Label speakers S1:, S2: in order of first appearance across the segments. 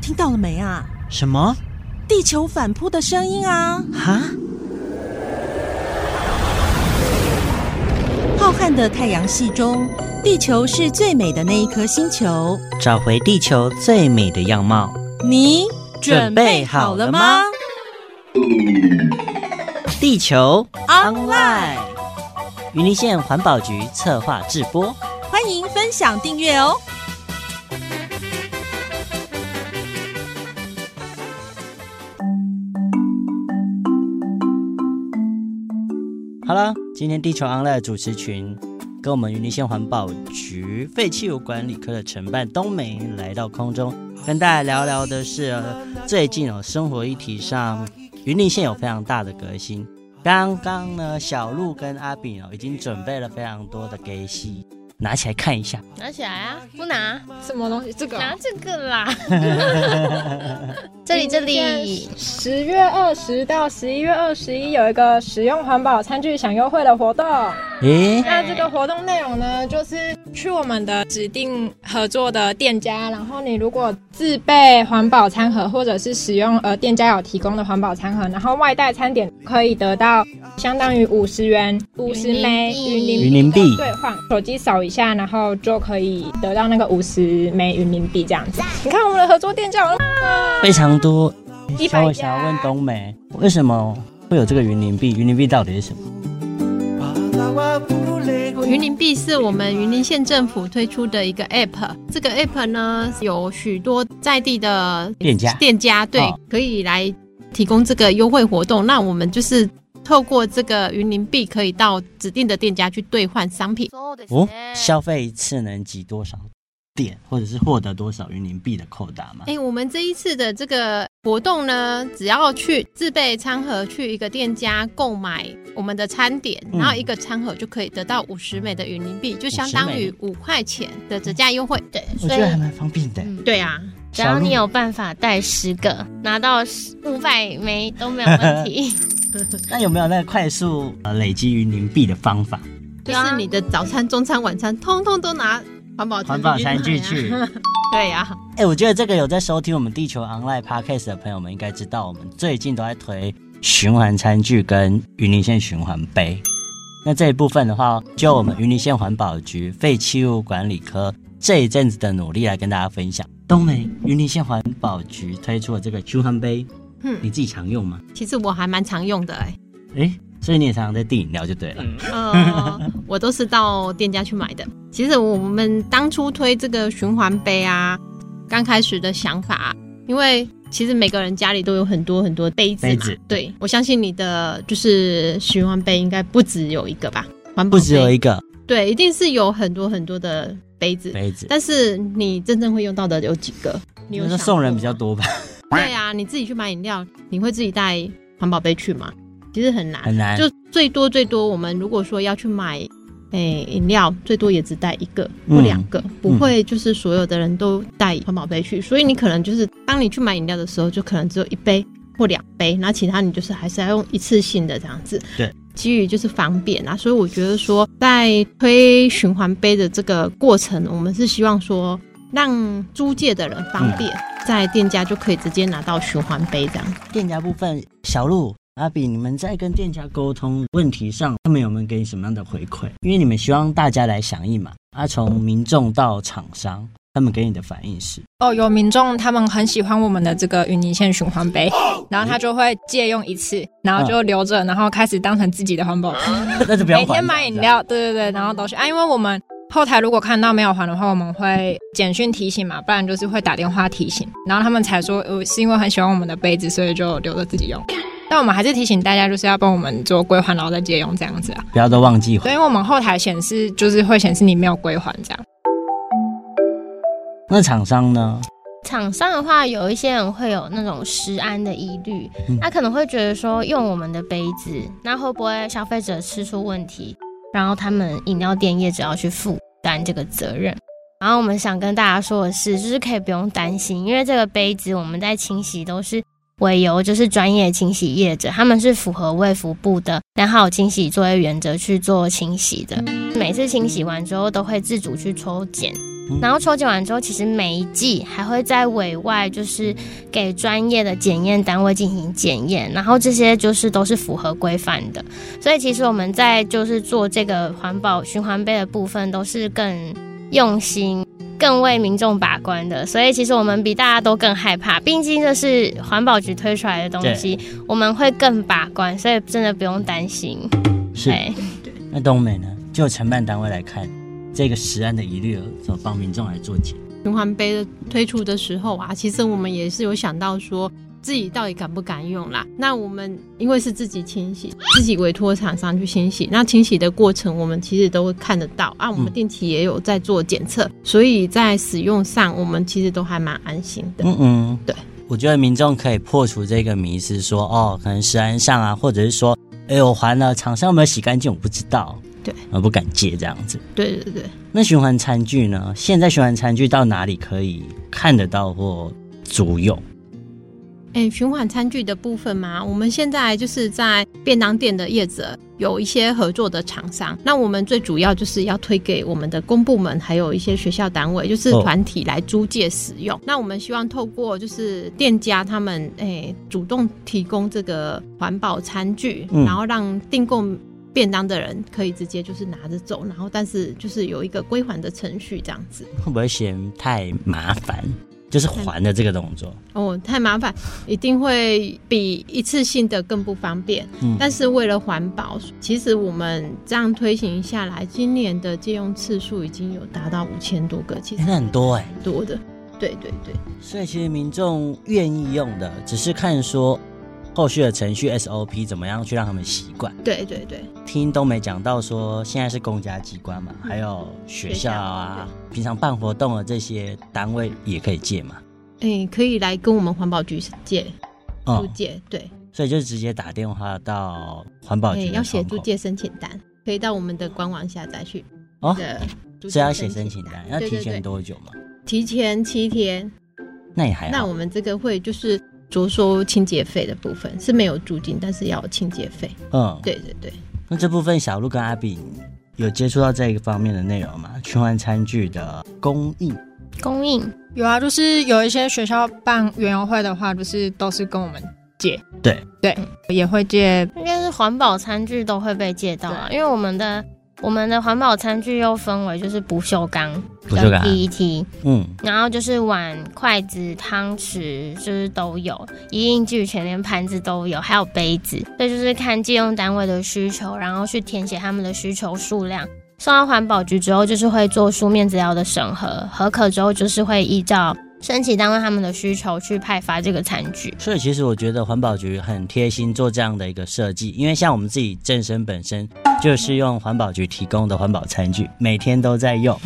S1: 听到了没啊？
S2: 什么？
S1: 地球反扑的声音啊！
S2: 哈？
S1: 浩瀚的太阳系中，地球是最美的那一颗星球。
S2: 找回地球最美的样貌。
S1: 你
S2: 准备好了吗地球
S1: Online
S2: 云林县环保局策划制播。
S1: 欢迎分享订阅哦！
S2: 好了，今天地球 Online 主持群跟我们云林县环保局废弃物管理科的承办冬梅来到空中，跟大家聊聊的是、呃最近哦生活议题上，云林县有非常大的革新。刚刚呢，小鹿跟阿炳哦已经准备了非常多的给戏，拿起来看一下。
S3: 拿起来啊！不拿，
S4: 什么东西？这个哦、
S3: 拿这个啦！ 这里这里，
S4: 十月二十到十一月二十一有一个使用环保餐具享优惠的活动。
S2: 诶，
S4: 那这个活动内容呢，就是去我们的指定合作的店家，然后你如果自备环保餐盒，或者是使用呃店家有提供的环保餐盒，然后外带餐点可以得到相当于五十元、五十枚
S3: 云
S4: 云
S3: 林
S4: 林
S3: 币
S2: 云林币
S4: 的兑换，手机扫一下，然后就可以得到那个五十枚云林币这样子。你看我们的合作店家有
S2: 非常多。所以
S4: 一百
S2: 我想要问冬梅，为什么会有这个云林币？云林币到底是什么？
S3: 云林币是我们云林县政府推出的一个 app，这个 app 呢有许多在地的
S2: 店家
S3: 店家对、
S2: 哦
S3: 可以来提供这个优惠活动。那我们就是透过这个云林币，可以到指定的店家去兑换商品。
S2: 哦，消费一次能集多少点，或者是获得多少云林币的扣打吗？
S3: 哎，我们这一次的这个活动呢，只要去自备餐盒去一个店家购买我们的餐点，
S2: 嗯
S3: 然后一个餐盒就可以得到五十美的云林币，就相当于五块钱的折价优惠。对，
S2: 我觉得还蛮方便的。
S3: 对啊，
S5: 嗯只要你
S2: 小鹿
S5: 有办法带十个，拿到五百枚都没有问 题。
S2: 那有没有那个快速呃累积云林币的方法？
S3: 就
S5: 对啊
S3: 是你的早餐、中餐、晚餐，通通都拿环保餐
S2: 环
S3: 具
S2: 保餐具
S3: 去
S2: 去
S3: 买啊。。 对呀、
S2: 哎、我觉得这个有在收听我们地球 online podcast 的朋友们应该知道，我们最近都在推循环餐具跟云林县循环杯。那这一部分的话，就我们云林县环保局废弃物管理科这一阵子的努力来跟大家分享。东梅，云林县环保局推出的这个循环杯，
S3: 嗯，
S2: 你自己常用吗？
S3: 其实我还蛮常用的哎、
S2: 哎、所以你也常常在订饮料就对
S3: 嗯
S2: 了。
S3: 呃，我都是到店家去买的。其实我们当初推这个循环杯啊，刚开始的想法啊，因为其实每个人家里都有很多很多杯子嘛。
S2: 杯子
S3: 对，我相信你的就是循环杯应该不只有一个吧？环保
S2: 不只有
S3: 杯
S2: 一个
S3: 对，一定是有很多很多的杯子。
S2: 杯子，
S3: 但是你真正会用到的有几个？你有
S2: 那是
S3: 想
S2: 送人
S3: 过
S2: 比较
S3: 吗
S2: 多吧，
S3: 对啊，你自己去买饮料，你会自己带环保杯去吗？其实很难，
S2: 很难。
S3: 就最多最多，我们如果说要去买，诶、饮料，最多也只带一个或
S2: 嗯
S3: 两个，不
S2: 嗯
S3: 会就是所有的人都带环保杯去。所以你可能就是当你去买饮料的时候，就可能只有一杯或两杯，那其他你就是还是要用一次性的这样子。
S2: 对。
S3: 基于就是方便啊，所以我觉得说，在推循环杯的这个过程，我们是希望说让租借的人方
S2: 嗯
S3: 便，在店家就可以直接拿到循环杯这样子。
S2: 店家部分，小鹿、阿比，你们在跟店家沟通问题上，他们有没有给你什么样的回馈？因为你们希望大家来响应嘛。啊，从民众到厂商，他们给你的反应是，
S4: 哦，有民众他们很喜欢我们的这个云林县循环杯，然后他就会借用一次，然后就留着，然后开始当成自己的环保杯。
S2: 那就不要
S4: 每天
S2: 还
S4: 买饮，料，对对对，然后都是啊，因为我们后台如果看到没有还的话，我们会简讯提醒嘛，不然就是会打电话提醒，然后他们才说，呃，是因为很喜欢我们的杯子，所以就留着自己用。但我们还是提醒大家，就是要帮我们做归还，然后再借用这样子啊。
S2: 不要都忘记
S4: 对，
S2: 还。
S4: 因为我们后台显示就是会显示你没有归还这样。
S2: 那厂商呢？
S5: 厂商的话，有一些人会有那种食安的疑虑
S2: 嗯，
S5: 他可能会觉得说用我们的杯子，那会不会消费者吃出问题，然后他们饮料店业者要去负担这个责任。然后我们想跟大家说的是，就是可以不用担心，因为这个杯子我们在清洗都是委由就是专业清洗业者，他们是符合卫福部的良好清洗作业原则去做清洗的。每次清洗完之后都会自主去抽检，
S2: 嗯
S3: 然后抽检完之后，其实每一季还会在委外就是给专业的检验单位进行检验，然后这些就是都是符合规范的。所以其实我们在就是做这个环保循环杯的部分，都是更用心。更为民众把关的，所以其实我们比大家都更害怕，毕竟这是环保局推出来的东西，我们会更把关，所以真的不用担心。
S2: 是。
S3: 对，
S2: 那东美呢？就承办单位来看，这个实案的疑虑，怎么帮民众来做解？
S6: 循环杯的推出的时候啊，其实我们也是有想到说自己到底敢不敢用啦。那我们因为是自己清洗，自己委托厂商去清洗，那清洗的过程我们其实都看得到啊，我们
S2: 嗯
S6: 定期也有在做检测，所以在使用上我们其实都还蛮安心的。
S2: 嗯嗯，
S6: 对，
S2: 我觉得民众可以破除这个迷思说哦，可能食安上啊，或者是说，哎，我还了，厂商有没有洗干净，我不知道，
S6: 对，
S2: 我不敢借这样子。
S6: 对对对。
S2: 那循环餐具呢？现在循环餐具到哪里可以看得到或租用？
S6: 哎，循环餐具的部分嘛，我们现在就是在便当店的业者有一些合作的厂商，那我们最主要就是要推给我们的公部门，还有一些学校单位，就是
S2: 哦
S6: 团体来租借使用。那我们希望透过就是店家他们哎主动提供这个环保餐具，
S2: 嗯
S6: 然后让订购。便当的人可以直接就是拿着走，然后但是就是有一个归还的程序这样子。
S2: 会不会嫌太麻烦？就是还的这个动作，
S6: 哦，太麻烦，一定会比一次性的更不方便。
S2: 嗯
S6: 但是为了环保，其实我们这样推行下来，今年的借用次数已经有达到五千多个，其实
S2: 诶那很多哎、
S6: 蛮多的。对对对，
S2: 所以其实民众愿意用的，只是看说后续的程序 SOP 怎么样去让他们习惯。
S6: 对对对，
S2: 听东美讲到说，现在是公家机关
S6: 嗯
S2: 嘛，还有学校啊，平常办活动的这些单位也可以借嘛。
S6: 哎、可以来跟我们环保局借租
S2: 哦、
S6: 借，对，
S2: 所以就直接打电话到环保
S6: 哎、
S2: 啊局的窗口、
S6: 要写租借申请单，可以到我们的官网下载去
S2: 哦，
S6: 的租
S2: 所
S6: 借
S2: 以要写申请单，要提
S6: 对对
S2: 前
S6: 对
S2: 多久嘛？
S6: 提前七天。
S2: 那也还
S6: 那
S2: 哎好。
S6: 我们这个会就是着收清洁费的部分是没有租金，但是要有清洁费。
S2: 嗯，
S6: 对对对，
S2: 那这部分小鹿跟阿炳有接触到这一方面的内容吗？循环餐具的供应，
S3: 供应
S4: 有啊，就是有一些学校办园游会的话，就是都是跟我们借，
S2: 对
S4: 对，也会借
S3: 应该是环保餐具都会被借到啊，因为我们的我们的环保餐具又分为就是不锈钢
S2: 不锈
S3: 跟
S2: 钢
S3: PET，
S2: 嗯，
S3: 然后就是碗、筷子、汤匙就是都有，一应俱全，连盘子都有，还有杯子。这就是看借用单位的需求，然后去填写他们的需求数量。送到环保局之后，就是会做书面资料的审核，核可之后就是会依照申请单位他们的需求去派发这个餐具。
S2: 所以其实我觉得环保局很贴心做这样的一个设计，因为像我们自己正身本身就是用环保局提供的环保餐具，每天都在 用。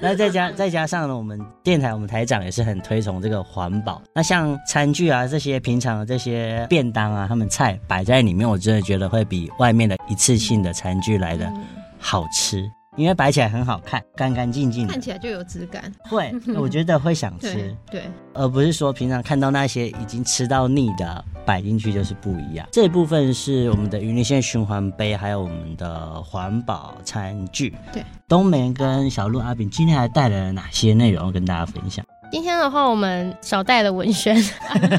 S2: 那再加再加上呢，我们电台我们台长也是很推崇这个环保。那像餐具啊这些平常的这些便当啊，他们菜摆在里面，我真的觉得会比外面的一次性的餐具来的
S6: 嗯
S2: 好吃，因为摆起来很好看，干干净净的
S6: 看，起来就有质感。
S2: 会我觉得会想吃
S6: 对。对，
S2: 而呃不是说平常看到那些已经吃到腻的摆进去就是不一样。这一部分是我们的云林县循环杯，还有我们的环保餐具。
S6: 对，
S2: 东梅跟小鹿阿炳今天还带来了哪些内容要跟大家分 享？
S3: 今天的话，我们少带了文宣，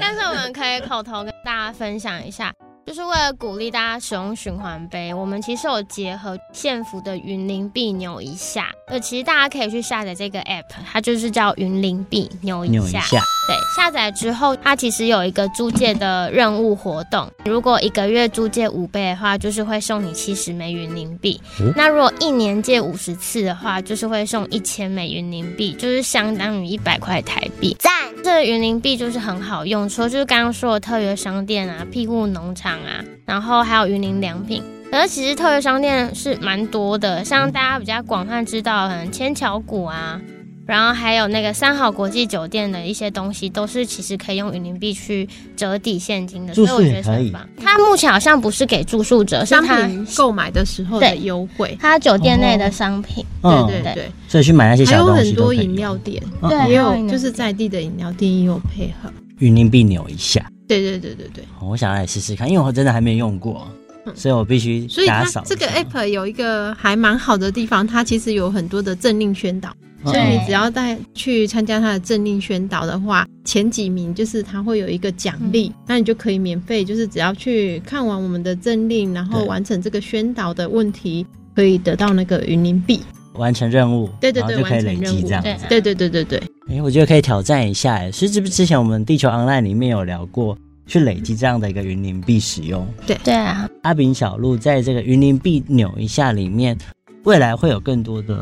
S3: 但是我们可以口头跟大家分享一下，就是为了鼓励大家使用循环杯，我们其实有结合县府的云林币扭一下，呃，其实大家可以去下载这个 app，它就是叫云林币扭一
S2: 扭一
S3: 下。
S2: 下，
S3: 对，下载之后，它其实有一个租借的任务活动。如果一个月租借五倍的话，就是会送你七十枚云林币。
S2: 哦
S3: 那如果一年借五十次的话，就是会送一千枚云林币，就是相当于一百块台币。赞！这云林币就是很好用，除了就是刚刚说的特约商店啊、庇护农场啊，然后还有云林良品。可是其实特约商店是蛮多的，像大家比较广泛知道，可能千桥谷啊，然后还有那个三好国际酒店的一些东西，都是其实可以用云林币去折抵现金的，
S2: 住
S3: 所
S2: 宿
S3: 以我觉
S2: 也
S3: 得是
S2: 可以
S3: 很棒。它目前好像不是给住宿者，是
S6: 商
S3: 它
S6: 品购买的时候的
S3: 对
S6: 优惠。
S3: 它酒店内的商品。
S6: 对对
S3: 对
S6: 对，
S2: 所以去买那些
S6: 还
S2: 嗯小
S6: 有
S2: 东
S6: 很
S2: 西都
S6: 多
S2: 可以
S6: 饮料店，
S2: 用，嗯
S3: 对
S6: 也
S3: 还有饮
S6: 有
S3: 料
S6: 就是在地的饮料店也有配合。
S2: 云林币扭一下。
S6: 对对对对对，
S2: 我想来试试看，因为我真的还没用过。所以我必须
S6: 嗯所以
S2: 打
S6: 它
S2: 扫一下。
S6: 这个 app 有一个还蛮好的地方，它其实有很多的政令宣导，
S2: 嗯
S6: 所以你
S3: 对
S6: 只要带去参加它的政令宣导的话，前几名就是它会有一个奖励，那你就可以免费，就是只要去看完我们的政令，然后
S2: 对
S6: 完成这个宣导的问题，可以得到那个云林币。
S2: 嗯完成任务，
S6: 对对对
S2: 然后就可以累
S6: 完
S2: 积
S6: 成任务
S2: 这样子
S3: 对。
S6: 哦
S3: 啊
S6: 对对对对对，
S2: 哎，我觉得可以挑战一下。哎，是不是之前我们地球 online 里面有聊过，去累积这样的一个云林币使用？
S3: 对啊，
S2: 阿炳小路在这个云林币扭一下里面，未来会有更多的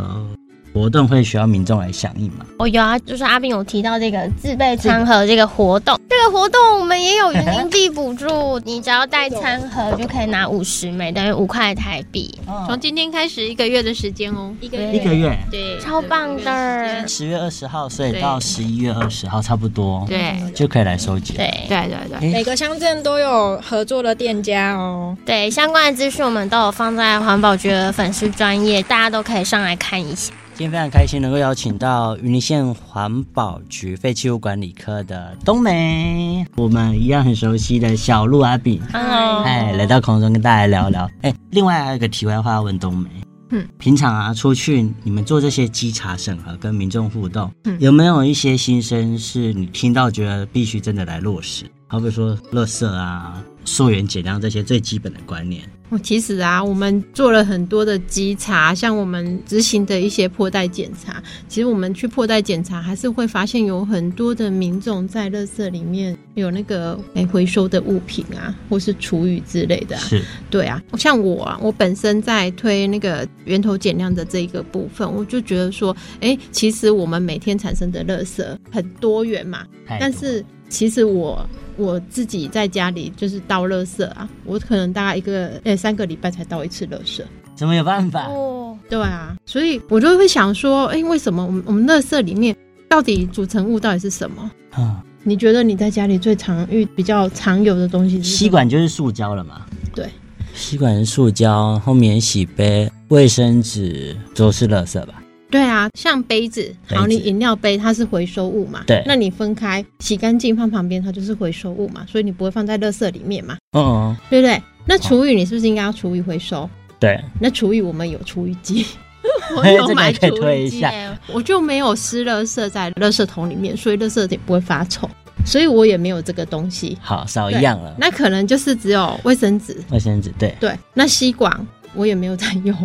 S2: 活动会需要民众来响应嘛？
S3: 我有啊，就是阿斌有提到这个自备餐盒这个活动， 这个活动我们也有云林币补助， 你只要带餐盒就可以拿五十枚，等于五块台币，
S6: 从今天开始一个月的时间哦，一个
S3: 月
S2: 一个月，
S6: 对，
S3: 超棒的。
S2: 十月二十号，所以
S6: 对
S2: 到十一月二十号差不多，
S6: 对
S2: 就可以来收集了。
S3: 对
S6: 对对对，
S4: 每个乡镇都有合作的店家哦。
S3: 对，相关的资讯我们都有放在环保局的粉丝专业，大家都可以上来看一下。
S2: 今天非常开心能够邀请到云林县环保局废弃物管理科的冬梅，我们一样很熟悉的小鹿阿炳，
S3: Hello，
S2: 哎，来到空中跟大家聊聊。哎，另外还有一个题外话要问冬梅，
S6: 嗯，
S2: 平常啊出去你们做这些稽查审核跟民众互动，
S6: 嗯
S2: 有没有一些心声是你听到觉得必须真的来落实？好比说垃圾啊、溯源减量这些最基本的观念。
S6: 哦，其实啊，我们做了很多的稽查，像我们执行的一些破袋检查，其实我们去破袋检查，还是会发现有很多的民众在垃圾里面有那个诶回收的物品啊，或是厨余之类的、啊。
S2: 是，
S6: 对啊，像我啊，我本身在推那个源头减量的这一个部分，我就觉得说，诶，其实我们每天产生的垃圾很多元嘛，
S2: 太
S6: 但
S2: 多
S6: 是其实我我自己在家里就是倒垃圾啊，我可能大概一个呃、三个礼拜才倒一次垃圾。
S2: 怎么有办法？
S3: 哦，
S6: 对啊，所以我就会想说，哎、为什么我们我们垃圾里面到底组成物到底是什么？
S2: 嗯，
S6: 你觉得你在家里最常遇、比较常有的东西是什么
S2: 吸？管就是塑胶了嘛？
S6: 对，
S2: 吸管是塑胶，后面洗杯、卫生纸都是垃圾吧？
S6: 对啊，像杯子，
S2: 杯
S6: 好，你
S2: 子
S6: 饮料杯它是回收物嘛？
S2: 对
S6: 那你分开洗干净放旁边，它就是回收物嘛，所以你不会放在垃圾里面嘛，
S2: 嗯嗯，
S6: 对不对？那厨余你是不是应该要厨余回收？
S2: 对，
S6: 那厨余我们有厨余机， 我
S2: 嘿
S6: 有
S2: 这个
S6: 买
S2: 可以
S6: 厨
S2: 推
S6: 余
S2: 一
S6: 机
S2: 下，
S3: 对
S6: 我就没有湿垃圾在垃圾桶里面，所以垃圾也不会发臭，所以我也没有这个东西。
S2: 好，少
S6: 对
S2: 一样了。
S6: 那可能就是只有卫生纸，
S2: 卫生纸对，
S6: 对，那吸管我也没有在 用，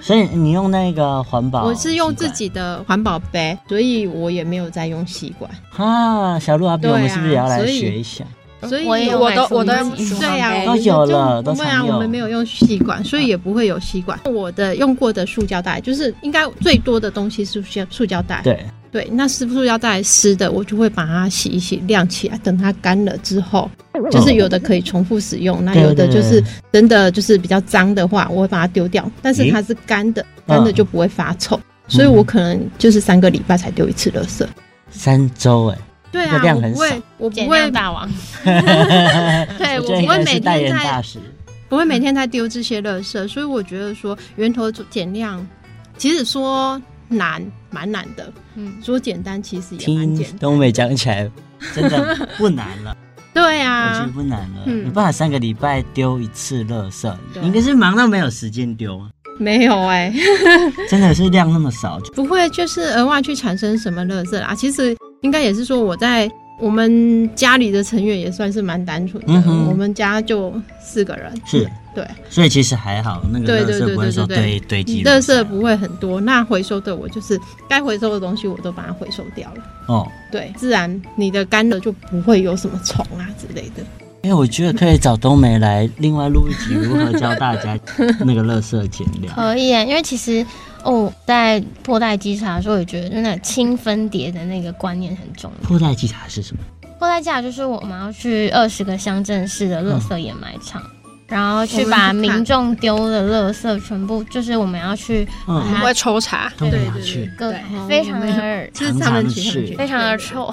S2: 所以你用那个环保，
S6: 我是用自己的环保杯，所以我也没有在用吸管。
S2: 啊，小鹿阿比，
S6: 对啊
S2: 我们是不是也要来
S6: 所以
S2: 学一下？
S6: 所以
S3: 我也有
S4: 我
S3: 买
S4: 都
S3: 厨
S4: 我都
S3: 余
S4: 用
S3: 机
S4: 厨
S6: 对呀、
S4: 哎
S6: 我
S2: 都
S6: 们
S2: 有
S6: 就
S2: 了都
S6: 不会啊，
S2: 常有
S6: 我们没有用吸管，所以也不会有吸 管。我的用过的塑胶袋，就是应该最多的东西是塑胶塑胶袋。
S2: 对，
S6: 对，啊那是不是要带湿的，我就会把它洗一洗，晾起来，等它干了之后，就是有的可以重复使用，那
S2: 对
S6: 有的
S2: 对
S6: 就是真的就是比较脏的话，我会把它丢掉。但是
S2: 咦
S6: 它是干的，干的
S2: 嗯
S6: 就不会发臭，所以我可能就是三个礼拜才丢一次垃圾。
S2: 三周哎，
S6: 对
S2: 这
S6: 啊
S2: 个，量
S6: 我
S2: 很
S6: 不
S2: 少
S6: 会，我不
S3: 减
S6: 会
S3: 量，大王，
S6: 对，
S2: 觉得
S6: 我
S2: 你
S6: 不会
S2: 真
S6: 每
S2: 是代
S6: 天
S2: 言
S6: 在
S2: 大使，
S6: 不会每天在丢这些垃圾，所以我觉得说源头减量，其实说难蛮难的，
S3: 嗯，
S6: 说简单其实也蛮
S2: 听
S6: 简单。
S2: 东美讲起来真的不难了。
S6: 对
S2: 我觉
S6: 啊
S2: 得，不难了，
S6: 嗯
S2: 你爸三个礼拜丢一次垃圾，
S6: 对
S2: 你应该是忙到没有时间丢啊，
S6: 没有哎、
S2: 真的是量那么少，就
S6: 不会就是额外去产生什么乐色啦。其实应该也是说我在我们家里的成员也算是蛮单纯的，
S2: 嗯哼
S6: 我们家就四个人，嗯
S2: 是
S6: 对，
S2: 所以其实还好，那个
S6: 对
S2: 垃
S6: 对
S2: 圾
S6: 对
S2: 不会
S6: 对
S2: 说
S6: 对对
S2: 堆堆积
S6: 乐
S2: 垃
S6: 色
S2: 圾，
S6: 不会很多。那回收的我就是该回收的东西我都把它回收掉了，
S2: 哦，
S6: 对，自然你的干了就不会有什么虫啊之类的。
S2: 因为哎我觉得可以找冬梅来另外录一集，如何教大家那个垃圾减 量。
S3: 可以耶，因为其实哦，在破袋稽查的时候，我也觉得真的清分叠的那个观念很重要。
S2: 破袋稽查是什么？
S3: 破袋稽查就是我们要去二十个乡镇市的垃圾掩埋场。
S6: 嗯
S3: 然后去把
S6: 我们去看
S3: 民众丢的垃圾全部，就是我们要去把
S6: 啊
S4: 我们
S3: 它
S4: 会抽查，
S2: 冬嗯梅
S6: 对
S2: 要
S6: 对
S2: 去，
S3: 各
S6: 对
S3: 非常的
S6: 是他们取他们取
S3: 非常的臭，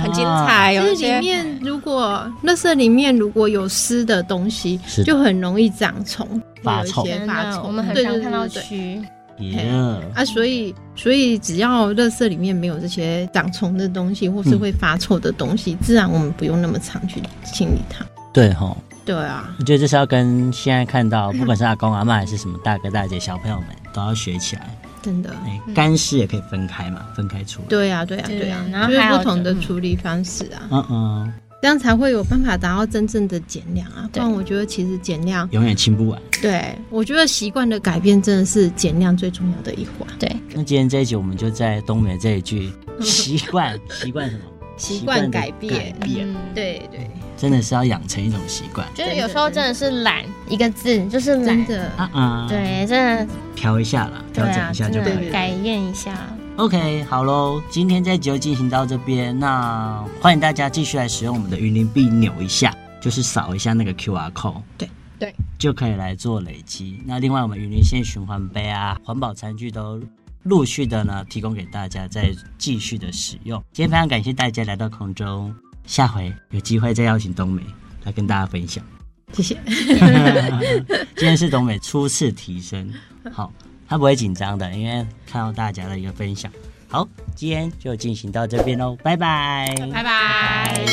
S4: 很精
S2: 啊
S4: 彩，有一
S6: 就是
S4: 些
S6: 里面如果垃圾里面如果有湿的东西，
S2: 是的
S6: 就很容易长虫，
S2: 发
S6: 会有一
S2: 臭
S6: 些
S3: 真
S6: 发
S3: 的，
S6: 臭，
S3: 我们很
S6: 对
S3: 常看到
S6: 对对对
S3: 蛆。
S2: 耶，
S6: 啊，所以所以只要垃圾里面没有这些长虫
S2: 嗯
S6: 的东西，或是会发臭的东西，自然我们不用那么常去清理它。
S2: 对哈。
S6: 对啊，
S2: 我觉得这是要跟现在看到，不管是阿公阿妈还是什么大哥大姐小朋友们，都要学起来。
S6: 真的，
S2: 哎，干湿也可以分开嘛，分开处理。，
S6: 对啊，对啊，对啊
S3: 对，然后
S6: 就是
S3: 还有
S6: 不同的
S3: 嗯
S6: 处理方式啊，
S2: 嗯嗯，
S6: 这样才会有办法达到真正的减量啊。不
S3: 对
S6: 然我觉得其实减量，
S2: 永远清不完。
S6: 对我觉得习惯的改变真的是减量最重要的一环。
S3: 对，
S2: 那今天这一集我们就在东北这一句习惯，习惯什么？
S6: 习
S2: 习
S6: 惯
S2: 惯的
S6: 改变
S2: 变
S3: 嗯，
S6: 对对，
S2: 真的是要养成一种习惯。
S3: 就是有时候真的是懒，一个字就是
S6: 真
S3: 懒，
S6: 的，
S2: 啊啊，，
S3: 对，真的，
S2: 调一下啦，
S3: 对
S2: 调整
S3: 啊，
S2: 一下
S3: 真
S2: 就可以了。
S3: 的改变一下，
S2: OK，好喽，今天这集就进行到这边，那欢迎大家继续来使用我们的云林币扭一下，就是扫一下那个 QR code，
S6: 对
S4: 对，
S2: 就可以来做累积。那另外我们云林县循环杯啊、环保餐具都陆续的呢提供给大家，再继续的使用。今天非常感谢大家来到空中，下回有机会再邀请冬梅来跟大家分享。
S6: 谢谢。
S2: 今天是董美初次提升，好，他不会紧张的，因为看到大家的一个分享。好，今天就进行到这边喽，拜拜
S3: 拜拜。